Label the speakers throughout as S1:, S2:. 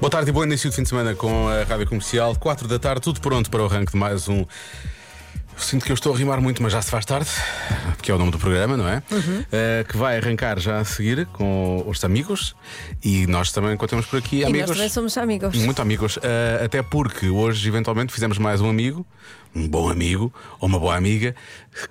S1: Boa tarde e bom início de fim de semana com a Rádio Comercial. 4 da tarde, tudo pronto para o arranque de mais um. Eu Sinto que eu estou a rimar muito, mas já se faz tarde, que é o nome do programa, não é?
S2: Uhum.
S1: Eh, que vai arrancar já a seguir com os amigos e nós também contamos por aqui
S2: E
S1: amigos.
S2: nós também somos amigos.
S1: Muito amigos, eh, até porque hoje eventualmente fizemos mais um amigo, um bom amigo ou uma boa amiga,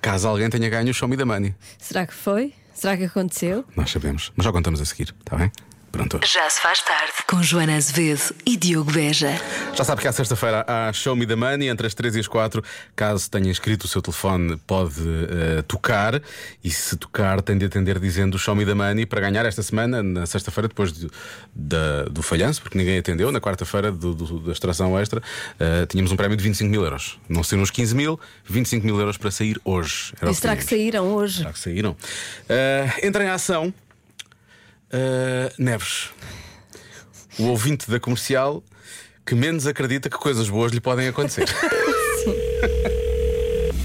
S1: caso alguém tenha ganho o show me da money.
S2: Será que foi? Será que aconteceu?
S1: Nós sabemos, mas já contamos a seguir, está bem? Pronto.
S3: Já se faz tarde. Com Joana Azevedo e Diogo Beja.
S1: Já sabe que à sexta-feira há Show Me the Money, entre as 3 e as 4. Caso tenha inscrito o seu telefone, pode eh, tocar. E se tocar, tem de atender dizendo Show Me the Money para ganhar esta semana, na sexta-feira, depois de- da- do falhanço, porque ninguém atendeu. Na quarta-feira, do- do- da extração extra, eh, tínhamos um prémio de 25 mil euros. Não saíram os 15 mil, 25 mil euros para sair hoje. Era o
S2: e será que
S1: tínhamos.
S2: saíram hoje?
S1: Será que saíram? Eh, entra em ação. eh, Neves, o ouvinte da comercial que menos acredita que coisas boas lhe podem acontecer.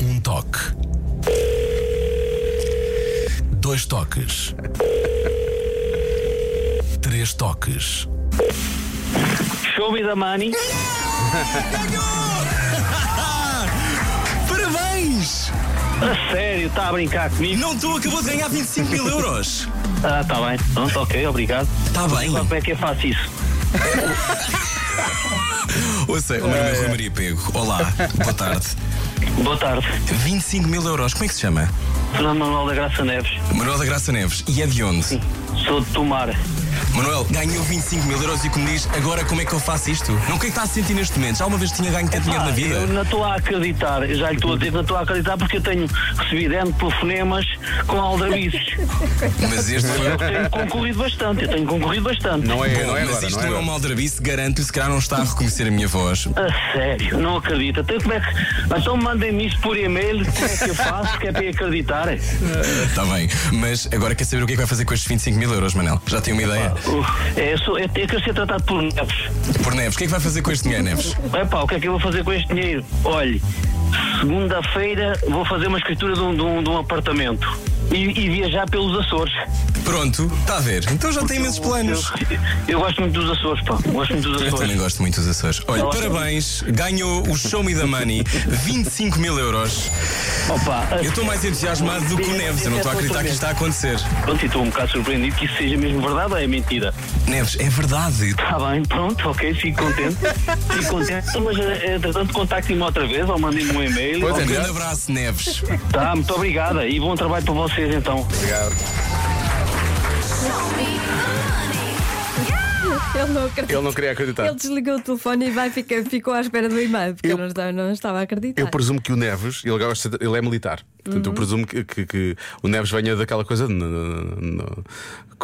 S4: Um toque. Dois toques. Três toques.
S5: Show me the money.
S4: Parabéns!
S5: A sério, está a brincar comigo?
S4: Não tu acabou de ganhar 25 mil euros.
S5: Ah, está bem. Pronto, ok, obrigado.
S4: Está bem.
S5: Agora como é que eu faço isso?
S4: Ouça, o meu nome é Rui Maria Pego. Olá, boa tarde.
S5: Boa tarde.
S4: 25 mil euros, como é que se chama?
S5: Fernando Manuel da Graça Neves.
S4: Manuel da Graça Neves. E é de onde?
S5: Sou de Tomar.
S4: Manuel, ganhou 25 mil euros e como diz, agora como é que eu faço isto? Não, o que é que está a sentir neste momento? Já é uma vez tinha ganho tanto dinheiro na vida?
S5: Ah, eu não estou a acreditar. Eu já lhe estou a dizer que não estou a acreditar porque eu tenho recebido N telefonemas com aldrabices.
S4: Mas este foi
S5: Eu tenho concorrido bastante, eu tenho concorrido bastante.
S1: Não é,
S4: Bom,
S1: não é
S4: mas
S1: agora, não
S4: isto
S1: é
S4: é um
S1: agora.
S4: maldrabice, garanto, se calhar não está a reconhecer a minha voz.
S5: A sério, não acredito. Então, como é que... então mandem-me isso por e-mail, como é que eu faço, que é para eu acreditar.
S4: Está Tá bem, mas agora quer saber o que é que vai fazer com estes 25 mil euros, Manel? Já tem uma ideia?
S5: Uh, é, sou, é, é que eu ser tratado por neves.
S4: Por Neves, o que é que vai fazer com este dinheiro, Neves?
S5: Epá, o que é que eu vou fazer com este dinheiro? Olhe, segunda-feira vou fazer uma escritura de um, de um- de um apartamento e, e viajar pelos Açores.
S4: Pronto, está a ver. Então já tem imensos planos.
S5: Eu, eu gosto muito dos Açores, pá. Gosto muito dos
S4: Eu também
S5: Açores.
S4: gosto muito dos Açores. Olha, parabéns, ganhou o Show Me the Money, 25 mil euros.
S5: Opa,
S4: Eu estou mais entusiasmado do que o Neves, eu não estou a acreditar que isto está a acontecer.
S5: Pronto, e estou um bocado surpreendido que isso seja mesmo verdade ou é mentira?
S4: Neves, é verdade.
S5: Está bem, pronto, ok, fico contente. Fico contente, mas eh, entretanto contactem-me outra vez ou mandem-me um e-mail.
S1: Pois é,
S4: Um grande
S1: melhor.
S4: abraço, Neves.
S5: Tá, muito obrigada e bom trabalho para vocês então.
S2: Ele não acredita.
S1: Ele não queria acreditar.
S2: Ele desligou o telefone e vai ficar, ficou à espera do e-mail, porque
S1: Eu-
S2: eu não estava, não estava a acreditar.
S1: Eu presumo que o Neves, ele, gosta de- ele é militar. Portanto, eu
S2: Uhum.
S1: presumo que, que- que o Neves venha daquela coisa. de- no- no- no-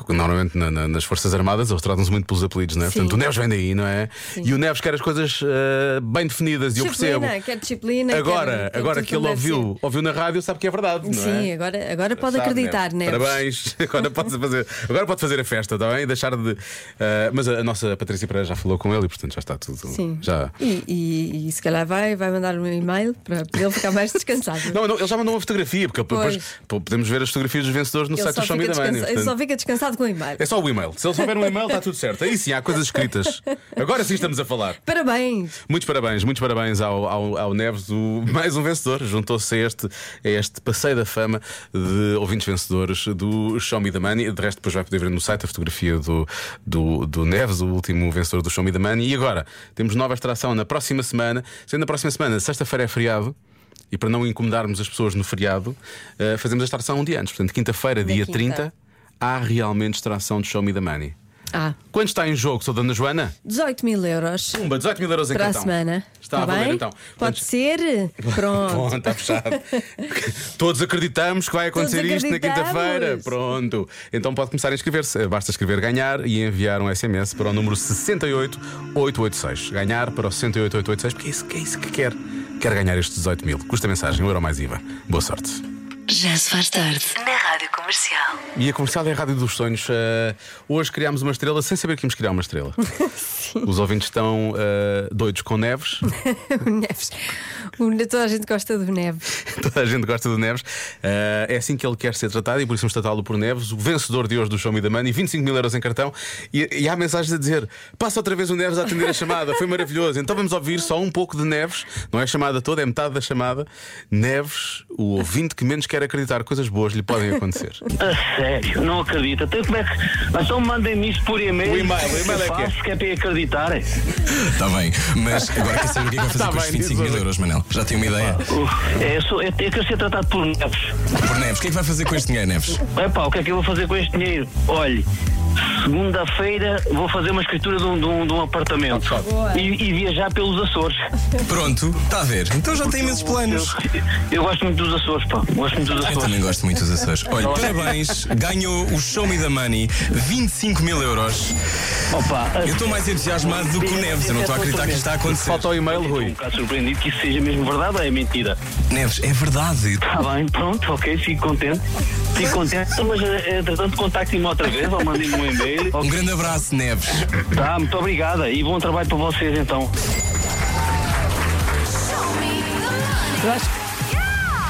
S1: que normalmente na- na- nas Forças Armadas eles tratam-se muito pelos apelidos, não é?
S2: Sim.
S1: Portanto, o Neves vem daí, não é? E o Neves quer as coisas eh, bem definidas, e eu percebo.
S2: Disciplina, quer disciplina,
S1: Agora,
S2: quer- quer
S1: agora
S2: tudo
S1: que ele
S2: como deve
S1: ouviu, ouviu na rádio, sabe que é verdade, não é?
S2: Sim, agora, agora pode
S1: Sabe, né?
S2: acreditar, né? Neves.
S1: Parabéns. Agora pode fazer, agora pode fazer a festa, está bem? Deixar de. eh, mas a, a nossa Patrícia Pereira já falou com ele e, portanto, já está tudo.
S2: Sim.
S1: Já.
S2: E, e- e se calhar vai, vai mandar um e-mail para, para ele ficar mais descansado.
S1: Não, não, ele já mandou uma fotografia, porque
S2: Pois.
S1: depois pô, podemos ver as fotografias dos vencedores no
S2: ele
S1: site
S2: só,
S1: do Show
S2: fica
S1: Me the Money,
S2: descansa- ele só
S1: portanto.
S2: fica descansado com o e-mail.
S1: É só o e-mail. Se ele souber um e-mail, está tudo certo. Aí sim, há coisas escritas. Agora sim estamos a falar.
S2: Parabéns!
S1: Muitos parabéns, muitos parabéns ao, ao, ao Neves, o, mais um vencedor. Juntou-se a este, a este passeio da fama de ouvintes vencedores do Show Me the Money. De resto, depois vai poder ver no site a fotografia do, do, do Neves, o último vencedor do Show Me the Money. E agora, temos nova extração na próxima semana. Sendo na próxima semana, sexta-feira é feriado. E para não incomodarmos as pessoas no feriado, eh, fazemos a extração um dia antes. Portanto, quinta-feira, dia
S2: quinta.
S1: 30, há realmente extração de Show Me the Money.
S2: Ah,
S1: Quando está em jogo, sou Dona Joana?
S2: 18 mil euros.
S1: Pumba, 18 mil euros em
S2: Para a
S1: cartão.
S2: semana.
S1: então. Está
S2: Tá
S1: a valer
S2: bem?
S1: então.
S2: Pode
S1: Portanto,
S2: ser? Pronto.
S1: Pronto, está fechado. Todos acreditamos que vai acontecer
S2: Todos
S1: isto na quinta-feira.
S2: acreditamos.
S1: Pronto. Então pode começar a inscrever-se. Basta escrever ganhar e enviar um SMS para o número 68886. Ganhar para o 68886, porque é isso, que é isso que quer. Quer ganhar estes 18 mil. Custa mensagem, um euro mais IVA. Boa sorte.
S3: Já se faz tarde. Na Rádio Comercial. Comercial.
S1: E a comercial é a Rádio dos Sonhos. Eh, hoje criámos uma estrela sem saber que íamos criar uma estrela. Os ouvintes estão eh, doidos com Neves.
S2: O Neves. O- Toda a gente gosta do Neves.
S1: Toda a gente gosta do Neves. Eh, é assim que ele quer ser tratado e por isso vamos tratá-lo por Neves, o vencedor de hoje do Show Me the Money, 25 mil euros em cartão. E, e há mensagens a dizer: passa outra vez o Neves a atender a chamada, foi maravilhoso. Então vamos ouvir só um pouco de Neves, não é a chamada toda, é metade da chamada. Neves, o ouvinte que menos quer acreditar, coisas boas lhe podem acontecer.
S5: A sério, não acredito. Até como é que. Então mandem-me isso por e-mail.
S1: O e-mail, o e-mail é
S5: Eu
S1: que é.
S5: faço, que é para eu acreditar.
S4: Está Tá bem, mas agora quer saber o que é que vai fazer
S1: Tá
S4: com os
S1: bem,
S4: 25 mil
S1: diz-o.
S4: euros, Manel? Já tenho uma ideia.
S5: Uf, é, eu sou, eu, eu quero ser tratado por neves.
S4: Por Neves, o que é que vai fazer com este dinheiro, Neves?
S5: Epá, o que é que eu vou fazer com este dinheiro? Olhe, segunda-feira vou fazer uma escritura de um, de um- de um apartamento e, e viajar pelos Açores.
S4: Pronto, está a ver. Então já tem imensos planos.
S5: Eu, eu gosto muito dos Açores, pá. Gosto muito dos
S4: Eu
S5: Açores.
S4: também gosto muito dos Açores. Olha, parabéns, ganhou o Show Me the Money, 25 mil euros.
S1: Então,
S5: Opa, a-
S4: Eu estou mais entusiasmado do que o Neves, eu não estou a acreditar que isto está a acontecer.
S1: Falta o e-mail,
S5: Estou um
S1: Rui.
S5: bocado surpreendido que isso seja mesmo verdade ou é mentira?
S4: Neves, é verdade.
S5: Está Tá bem, pronto, ok, fico contente. Fico contente, Então, mas eh, entretanto contactem-me outra vez ou mandem-me um e-mail.
S4: Um
S5: Ok,
S4: grande abraço, Neves.
S5: Tá, muito obrigada e bom trabalho para vocês então.
S2: Eu acho que.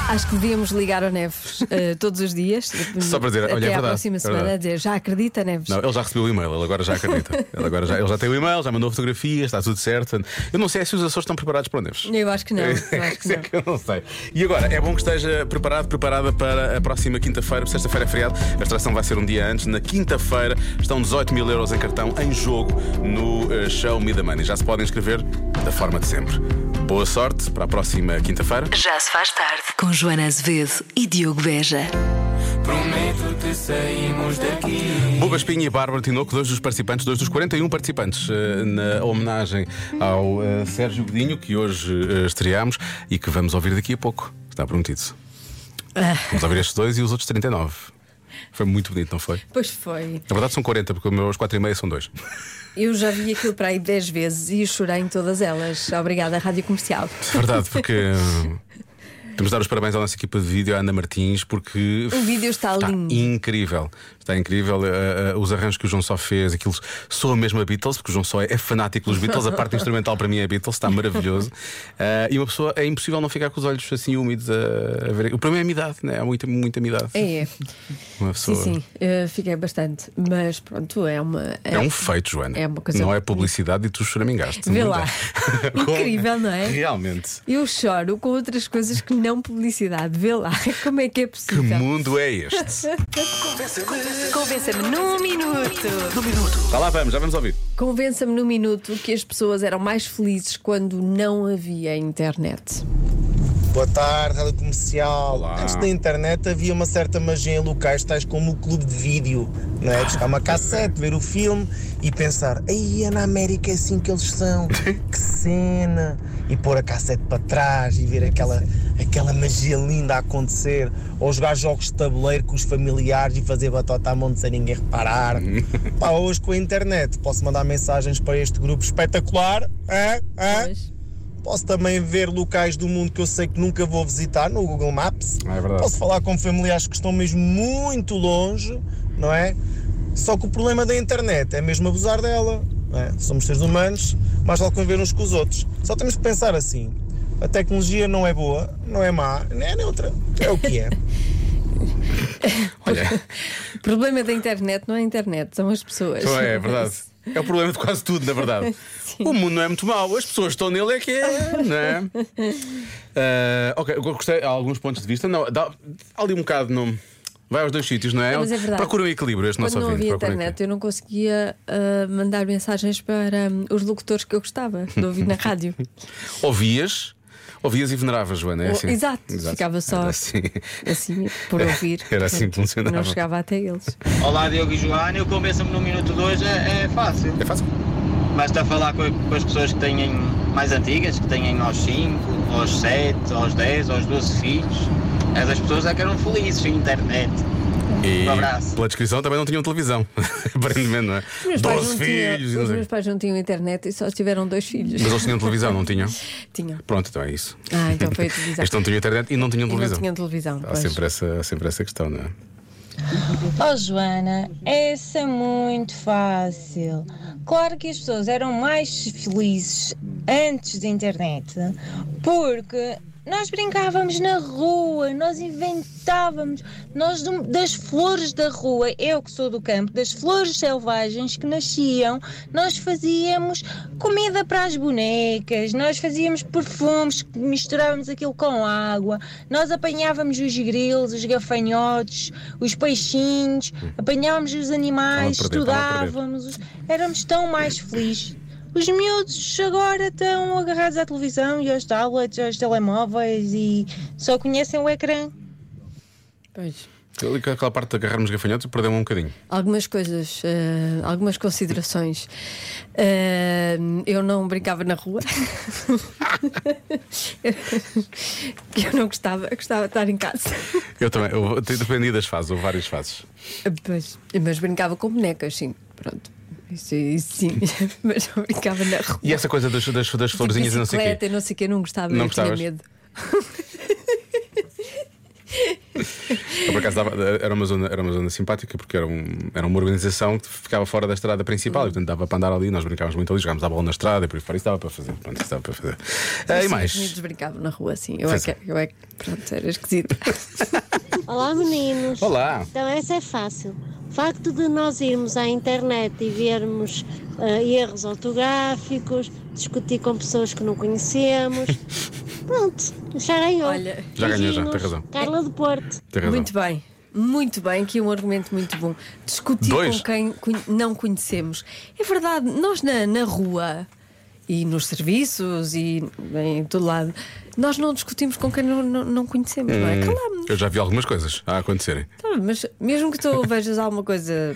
S2: Acho que devíamos ligar ao Neves eh, todos os dias.
S1: Só para dizer,
S2: até
S1: olha, é
S2: à
S1: verdade,
S2: próxima
S1: é
S2: semana,
S1: verdade.
S2: a dizer, já acredita, Neves?
S1: Não, ele já recebeu o e-mail, ele agora já acredita. Ele, agora já, ele já tem o e-mail, já mandou fotografias, está tudo certo. Eu não sei se os Açores estão preparados para o Neves.
S2: Eu acho que não. Eu acho que
S1: Isso é
S2: não.
S1: que eu não sei. E agora, é bom que esteja preparado, preparada para a próxima quinta-feira, sexta-feira é feriado. A extração vai ser um dia antes. Na quinta-feira estão 18 mil euros em cartão em jogo no eh, Show Me the Money. Já se podem inscrever da forma de sempre. Boa sorte para a próxima quinta-feira.
S3: Já se faz tarde. Com Joana Azevedo e Diogo Veja.
S6: Prometo-te saímos daqui.
S1: Buba Espinha e Bárbara Tinoco, dois dos participantes, dois dos 41 participantes, eh, na homenagem ao eh, Sérgio Godinho, que hoje eh, estreámos e que vamos ouvir daqui a pouco. Está prometido. Vamos ouvir estes dois e os outros 39. Foi muito bonito, não foi?
S2: Pois foi.
S1: Na verdade são 40, porque os 4 e meia são dois.
S2: Eu já vi aquilo para aí 10 vezes e chorei em todas elas. Obrigada, Rádio Comercial.
S1: Verdade, porque. hum, Temos de dar os parabéns à nossa equipa de vídeo, à Ana Martins, porque.
S2: O vídeo está lindo.
S1: incrível. Está incrível. eh, eh, os arranjos que o João Só fez, aquilo soa mesmo a Beatles, porque o João Só é fanático dos Beatles. A parte instrumental para mim é Beatles, está maravilhoso. Eh, e uma pessoa é impossível não ficar com os olhos assim úmidos a, a ver. O problema é a amidade, né? Há muita, muita amidade.
S2: É, é.
S1: Uma
S2: Sim,
S1: pessoa.
S2: sim. eh, fiquei bastante. Mas pronto, é uma.
S1: É um feito, Joana.
S2: É uma coisa
S1: não é publicidade e tu choramingaste.
S2: Vê
S1: Muito
S2: lá.
S1: bem. Com-
S2: Incrível, não é?
S1: Realmente.
S2: Eu choro com outras coisas que não publicidade. Vê lá como é que é
S1: Que
S2: possível.
S1: mundo é este?
S2: Convença-me num minuto.
S1: Tá lá, vamos, já vamos ouvir.
S2: Convença-me num minuto que as pessoas eram mais felizes quando não havia internet.
S7: Boa tarde, Rádio Comercial.
S1: Olá.
S7: Antes da internet havia uma certa magia em locais tais como o clube de vídeo, não é? Buscar uma cassete, ver o filme e pensar, aí é na América é assim que eles são, que cena! E pôr a cassete para trás e ver aquela, aquela magia linda a acontecer, ou jogar jogos de tabuleiro com os familiares e fazer batota à mão de sem ninguém reparar. Pá, hoje com a internet posso mandar mensagens para este grupo espetacular, hã? Hã?
S2: Mas,
S7: Posso também ver locais do mundo que eu sei que nunca vou visitar no Google Maps.
S1: É verdade.
S7: Posso falar com familiares que estão mesmo muito longe, não é? Só que o problema da internet é mesmo abusar dela. não é? Somos seres humanos, mais vale conviver uns com os outros. Só temos que pensar assim: a tecnologia não é boa, não é má, nem é neutra. É o que é.
S1: Olha,
S2: o problema da internet não é a internet, são as pessoas.
S1: então é verdade. É o problema de quase tudo, na verdade. O mundo não é muito mau, as pessoas que estão nele é que é, não é? Ah, ok, eu gostei há alguns pontos de vista. Não, dá, dá ali um bocado, não. Vai aos dois sítios, não é?
S2: Não, mas é verdade.
S1: Procura um equilíbrio, este
S2: Quando
S1: nosso
S2: não
S1: ouvinte.
S2: havia
S1: procura um
S2: internet, eu não conseguia ah, mandar mensagens para hum, os locutores que eu gostava de ouvir na rádio.
S1: equilíbrio. Ouvias, ouvias e veneravas, Joana, é
S2: Ou-
S1: assim?
S2: Oh, exato, ficava só-
S1: Era assim.
S2: Assim, por ouvir.
S1: Era assim que
S2: Portanto,
S1: funcionava.
S2: Não chegava até eles.
S8: Olá Diogo e Joana, eu convenço-me no minuto 2 é, é fácil.
S1: É fácil.
S8: Basta falar com, com as pessoas que têm mais antigas, que têm aos 5, aos 7, aos 10, aos 12 filhos. Essas pessoas é que eram felizes sem internet.
S1: E
S8: Um abraço.
S1: pela descrição também não tinham televisão. Aparentemente, não é?
S2: Os meus pais
S1: Doze
S2: não tinham-
S1: filhos. e não
S2: os
S1: sei-
S2: meus pais não tinham internet e só tiveram dois filhos.
S1: Mas eles tinham televisão, não tinham?
S2: Tinham.
S1: Pronto, então é isso.
S2: Ah, então foi a televisão.
S1: Eles não tinham internet e não tinham
S2: E não
S1: televisão.
S2: tinham televisão.
S1: Há
S2: pois.
S1: sempre, essa, há sempre essa questão, não é?
S9: Oh Joana, essa é muito fácil. Claro que as pessoas eram mais felizes antes da internet, porque nós brincávamos na rua, nós inventávamos, nós do- das flores da rua, eu que sou do campo, das flores selvagens que nasciam, nós fazíamos comida para as bonecas, nós fazíamos perfumes, misturávamos aquilo com água, nós apanhávamos os grilos, os gafanhotos, os peixinhos, apanhávamos os animais,
S1: Estão Hum. a perder, estão a perder.
S9: estudávamos, éramos tão mais felizes. Os miúdos agora estão agarrados à televisão e aos tablets, aos telemóveis e só conhecem o ecrã.
S2: Pois.
S1: Ali com Aquela parte de agarrarmos gafanhotos perdeu-me um bocadinho.
S2: Algumas coisas, eh, algumas considerações. Eh, eu não brincava na rua. eu não gostava, eu gostava de estar em casa.
S1: Eu também, eu tenho dependido das fases, houve várias fases.
S2: Pois, mas brincava com bonecas, sim. Pronto. Isso, isso sim. mas não brincava na rua.
S1: E essa coisa das, das, das florzinhas e não sei o
S2: Bicicleta
S1: quê.
S2: e não sei o quê, não gostava,
S1: Não
S2: eu tinha
S1: gostavas?
S2: medo.
S1: Eu, por acaso dava- era, uma zona, era uma zona simpática porque era, um- era uma organização que ficava fora da estrada principal e portanto dava para andar ali. Nós brincávamos muito ali, jogámos a bola na estrada e por aí fora. Isso dava para fazer. Pronto, isso dava para fazer. Ah, e
S2: Sim,
S1: mais?
S2: Os miúdos brincavam na rua, assim. Eu é
S1: Pois
S2: que,
S1: é.
S2: eu é que, pronto, era esquisito.
S10: Olá meninos.
S1: Olá!
S10: Então essa é fácil. O facto de nós irmos à internet e vermos ah, erros ortográficos, discutir com pessoas que não conhecemos. Pronto, já ganhou.
S2: Olha.
S1: Já ganhou, já,
S10: Beijinhos.
S1: tem razão.
S10: Carla do Porto.
S1: Tem razão.
S2: Muito bem, muito bem, que é um argumento muito bom. Discutir
S1: Dois.
S2: com quem conhe- não conhecemos. É verdade, nós na, na rua e nos serviços e em todo lado, nós não discutimos com quem não, não, não conhecemos, não é?
S1: Hum.
S2: Calamos.
S1: Eu já vi algumas coisas a acontecerem.
S2: Tá, mas mesmo que tu vejas alguma coisa,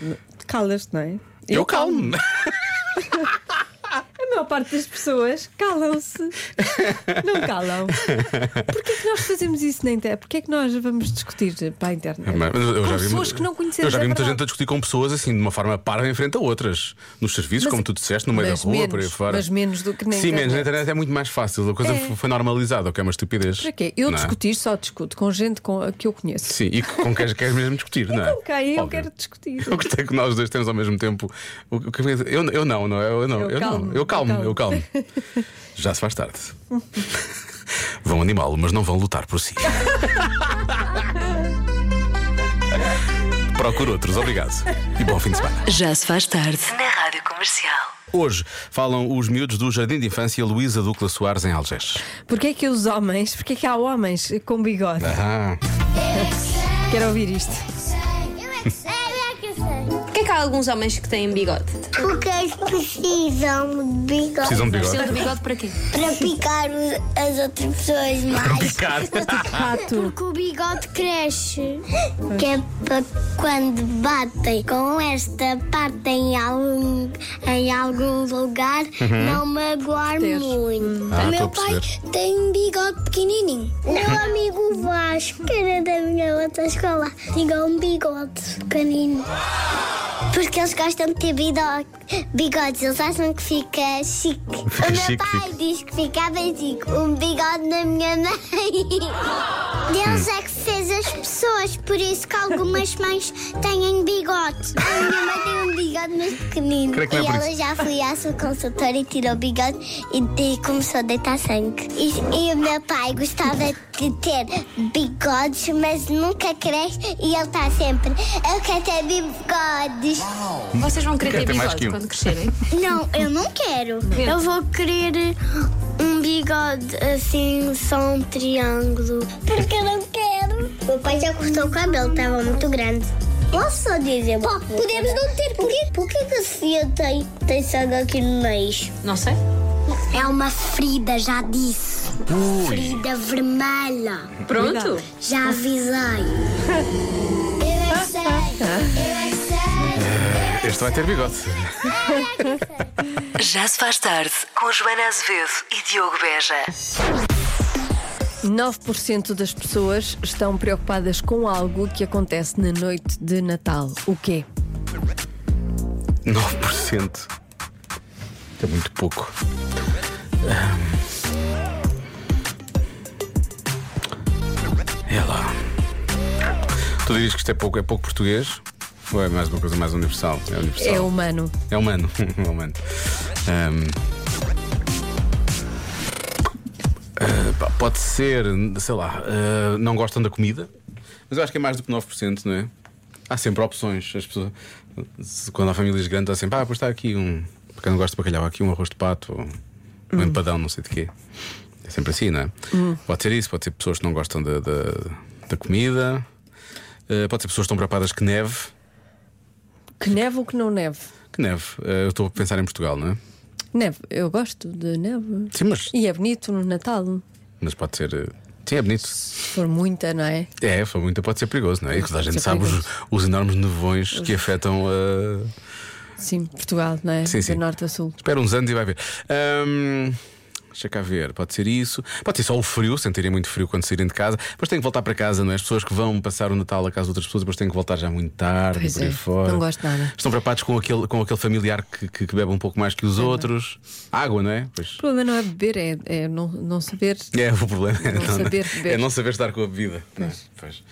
S2: calas-te, não é?
S1: Eu, calmo.
S2: A maior parte das pessoas calam-se. Não calam. Porquê que nós fazemos isso na internet? Porquê que nós vamos discutir para a internet?
S1: É, Mas eu
S2: com
S1: já vi
S2: pessoas
S1: mu-
S2: que não conhecemos.
S1: Eu já vi
S2: é
S1: muita
S2: verdade.
S1: gente a discutir com pessoas assim, de uma forma para em frente a outras. Nos serviços,
S2: Mas-
S1: como tu disseste, no meio da
S2: mas
S1: rua,
S2: menos,
S1: por aí fora.
S2: mas menos do que na
S1: Sim, menos. Na
S2: internet.
S1: internet é muito mais fácil. A coisa
S2: É.
S1: foi normalizada, o que é uma estupidez.
S2: Para quê? Eu
S1: não é?
S2: discutir, só discuto com gente com a que eu conheço.
S1: Sim, e com quem queres mesmo discutir, não é?
S2: Com quem eu
S1: Óbvio.
S2: quero discutir.
S1: Eu gostei que nós dois temos ao mesmo tempo. o- o que- Eu, eu não, não é? Eu não,
S2: Eu
S1: eu,
S2: calmo,
S1: não. Eu calmo,
S2: eu
S1: eu
S2: calmo.
S1: calmo. Já se faz tarde. vão animá-lo, mas não vão lutar por si. Procure outros, obrigado. E bom fim de semana.
S3: Já se faz tarde na Rádio Comercial.
S1: Hoje falam os miúdos do Jardim de Infância Luísa Ducla Soares em Algés.
S2: Porquê é que os homens, porquê é que há homens com bigode?
S1: Ah,
S2: Quero ouvir isto.
S10: Eu é que é sei, eu é que sei.
S9: Porquê que há alguns homens que têm bigode?
S10: Porque eles precisam de bigode
S1: precisam de bigode.
S9: de bigode para quê?
S10: para picar as outras pessoas mais.
S1: Picar.
S2: Rato.
S10: Porque o bigode cresce. Que é para quando batem com esta parte em algum, em algum lugar, não magoar
S2: Ter. Uhum.
S10: muito.
S1: Uhum. Ah,
S10: o
S1: estou a
S10: meu pai
S1: perceber. Uhum.
S10: tem um bigode pequenininho. O meu amigo Vasco, que era da minha outra escola, tinha um bigode pequenino. Porque eles gostam de ter bido- bigodes, eles acham que fica chique. o meu
S1: chique,
S10: pai diz que ficava chique um bigode na minha mãe. Deus é que fez as pessoas, por isso que algumas mães têm bigode. A minha mãe tem um bigode mas pequenino.
S1: Creio que
S10: e
S1: não é por
S10: ela já foi à sua consultora e tirou o bigode e, de- começou a deitar sangue. E, e o meu pai gostava de ter bigodes, mas nunca cresce e ele está sempre. Eu quero ter bigodes.
S9: Vocês vão querer
S1: Quer ter ter mais bigode que um. quando
S9: quando crescerem?
S10: Não, eu não quero. Eu vou querer um bigode assim, só um triângulo. Porque eu não quero. Meu pai já cortou o cabelo, estava muito grande. Posso só dizer? podemos não ter. Por que, por que que a Sofia tem, tem sangue aqui no nariz?
S9: Não sei.
S10: É uma ferida, já disse. Ferida vermelha.
S9: Pronto.
S10: Já avisei. Eu é que sei. Eu é que sei.
S1: Este vai ter bigode.
S3: Já se faz tarde com Joana Azevedo e Diogo Beja.
S2: 9% das pessoas estão preocupadas com algo que acontece na noite de Natal. O quê?
S1: 9%. É muito pouco. Ahm. É lá. Tu dirias que isto é pouco, é pouco português? Ou é mais uma coisa mais universal? É universal.
S2: É humano.
S1: É humano. é humano. Ahm. Ah, pá, pode ser, sei lá, ah, não gostam da comida, mas eu acho que é mais do que 9%, não é? Há sempre opções. As pessoas, se- quando há famílias grandes, há sempre, ah, pois está aqui um. Para quem não gosta de bacalhau, há aqui um arroz de pato, ou um empadão, não sei de quê. É sempre assim, não é?
S2: Hum.
S1: Pode ser isso, pode ser pessoas que não gostam da, da- da comida, eh, pode ser pessoas que estão preocupadas que neve.
S2: Que neve ou que não neve?
S1: Que neve? Eh, eu estou a pensar em Portugal, não é?
S2: Neve, eu gosto de neve.
S1: Sim, mas,
S2: E é bonito no Natal,
S1: mas pode ser. eh, Sim, é bonito.
S2: se for muita, não é?
S1: É, foi muito, pode ser perigoso, não é? E toda a
S2: Pode
S1: gente
S2: ser
S1: sabe os, os enormes nevões
S2: Os-
S1: que afetam. eh,
S2: Sim, Portugal, não é?
S1: Sim, sim.
S2: Do norte a sul.
S1: Espera uns anos e vai ver. Ahm, Deixa cá ver, pode ser isso. Pode ser só o frio, sentirem muito frio quando saírem de casa. Depois têm que voltar para casa, não é? As pessoas que vão passar o Natal a casa de outras pessoas, depois têm que voltar já muito tarde,
S2: Pois
S1: por aí
S2: é,
S1: fora.
S2: não gosto nada.
S1: Estão preocupados com aquele, com aquele familiar que, que- que bebe um pouco mais que os outros. Água, não é? Pois.
S2: O problema não é beber, é, é não, não saber.
S1: É, o problema é
S2: Não saber beber.
S1: é não saber estar com a bebida. não é? Pois.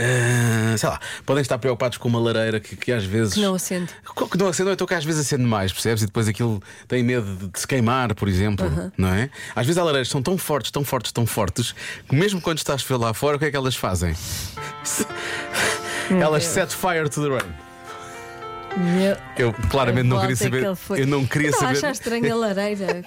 S1: Ah, sei lá, podem estar preocupados com uma lareira que, que às vezes.
S2: Que não acende.
S1: Co- Que não acende, ou então que às vezes acende mais, percebes? E depois aquilo tem medo de- de se queimar, por exemplo,
S2: Aham.
S1: não é? Às vezes há lareiras que são tão fortes, tão fortes, tão fortes, que mesmo quando estás frio lá fora, o que é que elas fazem? elas set fire to the rain.
S2: Meu-
S1: Eu claramente não
S2: A
S1: queria
S2: volta
S1: saber.
S2: que ele foi.
S1: Eu não queria
S2: não
S1: saber.
S2: achar Então, estranha a lareira.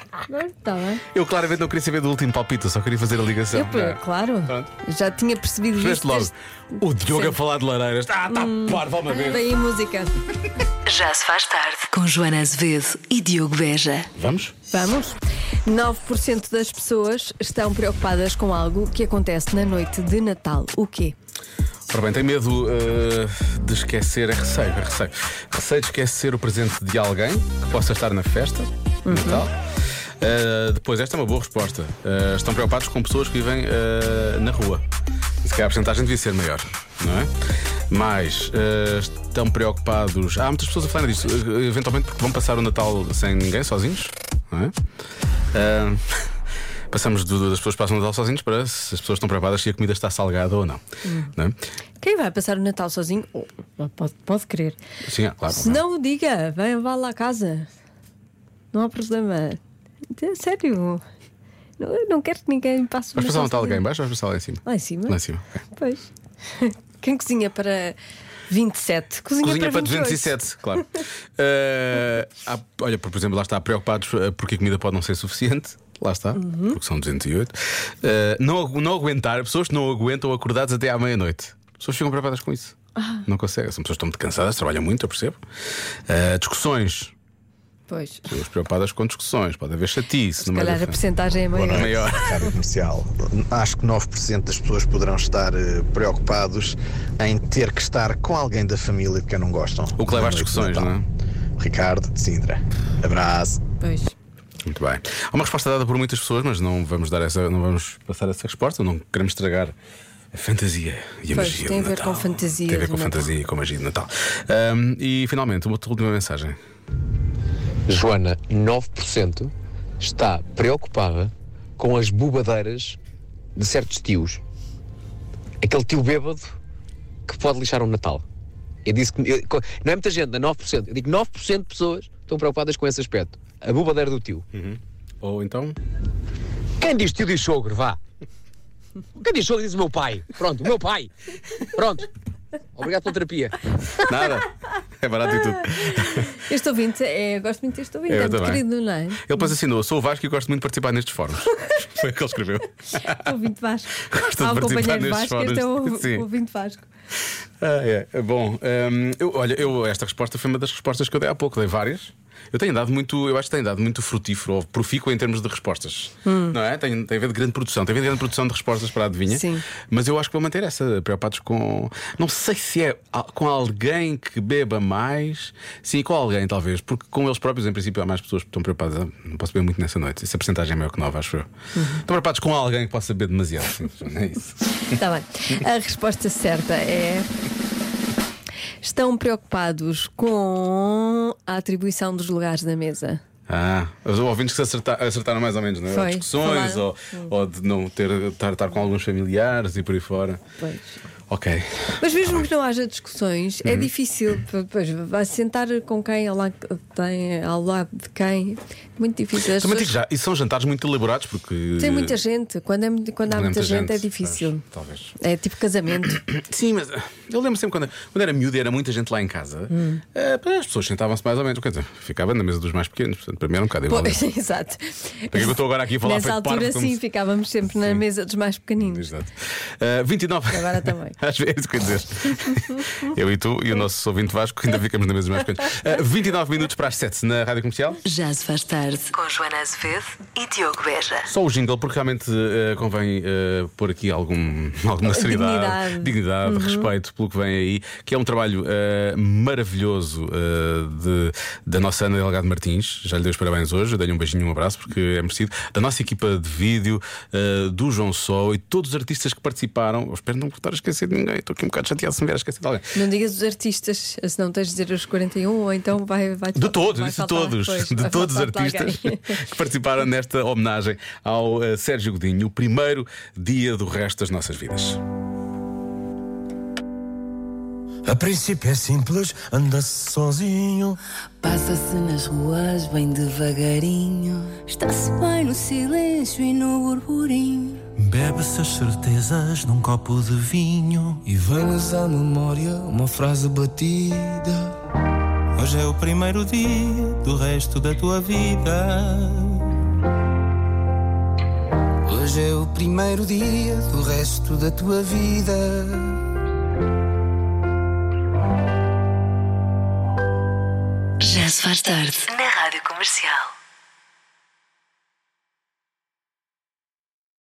S2: Está bem.
S1: Eu claramente não queria saber do último palpite, eu só queria fazer a ligação.
S2: Eu,
S1: É.
S2: claro. Eu Já tinha percebido
S1: Veste
S2: isto. tá
S1: logo.
S2: desde-
S1: O Diogo a
S2: Sempre.
S1: falar de lareiras. Ah, tá
S2: Hum.
S1: parvo, uma vez.
S2: Daí a música.
S3: Já se faz tarde com Joana Azevedo e Diogo Beja.
S1: Vamos?
S2: Vamos? 9% das pessoas estão preocupadas com algo que acontece na noite de Natal. O quê?
S1: Ora bem, tem medo uh, de esquecer, é receio, é receio. Receio de esquecer o presente de alguém que possa estar na festa, no Natal. Uh, depois, esta é uma boa resposta. Uh, estão preocupados com pessoas que vivem uh, na rua. Se calhar a porcentagem devia ser maior, não é? Mas uh, estão preocupados. Há muitas pessoas a falar disso, uh, eventualmente porque vão passar o Natal sem ninguém, sozinhos, não é? Uh, Passamos do- das pessoas que passam o Natal sozinhos para se as pessoas estão preocupadas se a comida está salgada ou não. não é?
S2: Quem vai passar o Natal sozinho? Oh, Pode, pode querer.
S1: Sim, é, claro.
S2: Se não, diga, vem, vá lá a casa. Não há problema. É Sério. Não- Eu não quero que ninguém passe o
S1: Vais passar o Natal
S2: sozinho.
S1: alguém em baixo ou vais passar lá em cima?
S2: Lá em cima.
S1: um Lá em cima. ok.
S2: Pois. Quem cozinha para 27? Cozinha,
S1: Cozinha para
S2: 28.
S1: 207, claro. Eh, há- olha, por exemplo, lá está preocupados eh, porque a comida pode não ser suficiente. Lá está,
S2: Uhum.
S1: porque são 208. Eh, não, agu- não aguentar, pessoas que não aguentam acordados até à meia-noite. Pessoas ficam preocupadas com isso.
S2: Ah,
S1: Não conseguem. São pessoas que estão muito cansadas, trabalham muito, eu percebo. Eh, discussões.
S2: pois.
S1: Pessoas preocupadas com discussões. Pode haver chatice.
S2: Se
S1: meio da
S2: calhar a
S1: festa.
S2: porcentagem é maior.
S1: maior.
S11: Rádio comercial. Acho que 9% das pessoas poderão estar eh, preocupados em ter que estar com alguém da família de quem não gostam.
S1: O que leva às
S11: Na noite de
S1: discussões,
S11: Natal.
S1: não é?
S11: Ricardo de Sintra. Abraço.
S2: Pois.
S1: Muito bem. Há uma resposta dada por muitas pessoas, mas não vamos dar essa, não vamos passar essa resposta, não queremos estragar a fantasia e a
S2: Pois,
S1: magia.
S2: tem a
S1: do
S2: ver
S1: Natal.
S2: com fantasia
S1: Tem a ver
S2: do
S1: com
S2: Natal.
S1: fantasia e com magia de Natal. Ahm, e finalmente, uma última mensagem.
S12: Joana, 9% está preocupada com as bobadeiras de certos tios. Aquele tio bêbado que pode lixar um Natal. Eu disse que, eu- co- não é muita gente, é 9%. Eu digo 9% de pessoas estão preocupadas com esse aspecto. A bobadeira do tio.
S1: Ou então.
S12: Quem diz tio diz sogro, vá. Quem diz sogro diz o meu pai. Pronto, o meu pai. Pronto. Obrigado pela terapia.
S1: Nada. É barato e tudo.
S2: Este ouvinte, é, eu gosto muito deste ouvinte,
S1: Eu
S2: é muito
S1: também.
S2: querido, não é?
S1: Ele depois assinou: sou o Vasco e gosto muito de participar nestes fóruns. Foi o que ele escreveu.
S2: Ouvinte Vasco.
S1: Gosto de
S2: Há um
S1: participar
S2: companheiro
S1: nestes
S2: Vasco, este é
S1: fóruns. Sim.
S2: o o ouvinte Vasco.
S1: Ah, é. Bom, hum, eu- olha, eu, esta resposta foi uma das respostas que eu dei há pouco, dei várias. Eu tenho dado muito, eu acho que tenho dado muito frutífero, ou profícuo em termos de respostas.
S2: Hum.
S1: Não é? Tem, tem havido grande produção, tem havido grande produção de respostas para a adivinha.
S2: Sim.
S1: Mas eu acho que vou manter essa, preocupados com. Não sei se é a- com alguém que beba mais. Sim, com alguém, talvez, porque com eles próprios, em princípio, há mais pessoas que estão preocupadas. "Ah, Não posso beber muito nessa noite. Essa porcentagem é maior que nova, acho eu.
S2: Uhum.
S1: Estão preocupados com alguém que possa beber demasiado. Sim, é isso.
S2: Está Tá bem. A resposta certa é. Estão preocupados com a atribuição dos lugares da mesa.
S1: Ah, os ouvintes que se acerta- acertaram mais ou menos, não é?
S2: Foi,
S1: Ou discussões,
S2: falaram.
S1: ou, ou de não ter estar, estar com alguns familiares e por aí fora.
S2: Pois.
S1: Ok.
S2: Mas mesmo que não haja discussões,
S1: Uhum.
S2: é difícil. p- Pois, vai sentar com quem ao lado, tem, ao lado de quem. Muito difícil. As
S1: Também digo
S2: pessoas-
S1: já, e são jantares muito elaborados porque.
S2: Tem muita gente. Quando, é mu- quando há
S1: Quando
S2: muita, gente, é difícil.
S1: pois, talvez.
S2: É tipo casamento.
S1: Sim, mas ah, eu lembro sempre quando, quando era miúdo e era muita gente lá em casa,
S2: Hum.
S1: ah, pá, as pessoas sentavam-se mais ou menos. Quer dizer, ficava na mesa dos mais pequenos, portanto, para mim era um bocado igual.
S2: Pois, exato.
S1: Porque é que eu estou agora aqui a falar
S2: Nessa
S1: feito
S2: altura,
S1: parvo, como
S2: sim,
S1: se-
S2: ficávamos sempre na mesa dos mais pequeninos.
S1: Exato. Ah, 29.
S2: Agora também.
S1: Às vezes, quer dizer. Eu e tu e o nosso ouvinte Vasco ainda ficamos na mesma Ah, coisa. 29 minutos para as 7 na rádio comercial.
S3: Já se faz tarde com Joana Azevedo e Diogo Beja.
S1: Só o jingle, porque realmente eh, convém eh, pôr aqui algum, alguma seriedade,
S3: Dignidade.
S1: dignidade,
S3: Uhum.
S1: respeito pelo que vem aí, que é um trabalho eh, maravilhoso eh, de- da nossa Ana Delgado Martins. Já lhe dei os parabéns hoje, dei-lhe um beijinho, um abraço, porque é merecido. Da nossa equipa de vídeo, eh, do João Sol e todos os artistas que participaram. Eu espero não estar a esquecer de ninguém, estou aqui um bocado chateado se me vier a esquecer de alguém.
S2: Não digas os artistas, se não tens de dizer os 41, ou então vai. vai
S1: De todos,
S2: vai
S1: disse
S2: faltar-
S1: todos,
S2: pois,
S1: de
S2: vai
S1: todos os
S2: faltar-te
S1: artistas
S2: alguém.
S1: que participaram nesta homenagem ao eh, Sérgio Godinho, o primeiro dia do resto das nossas vidas.
S13: A princípio é simples, anda-se sozinho.
S14: Passa-se nas ruas bem devagarinho. Está-se bem no silêncio e no burburinho.
S13: Bebe-se as certezas num copo de vinho.
S6: E vem-nos à memória uma frase batida.
S13: Hoje é o primeiro dia do resto da tua vida.
S6: Hoje é o primeiro dia do resto da tua vida.
S3: Já se faz tarde na Rádio Comercial.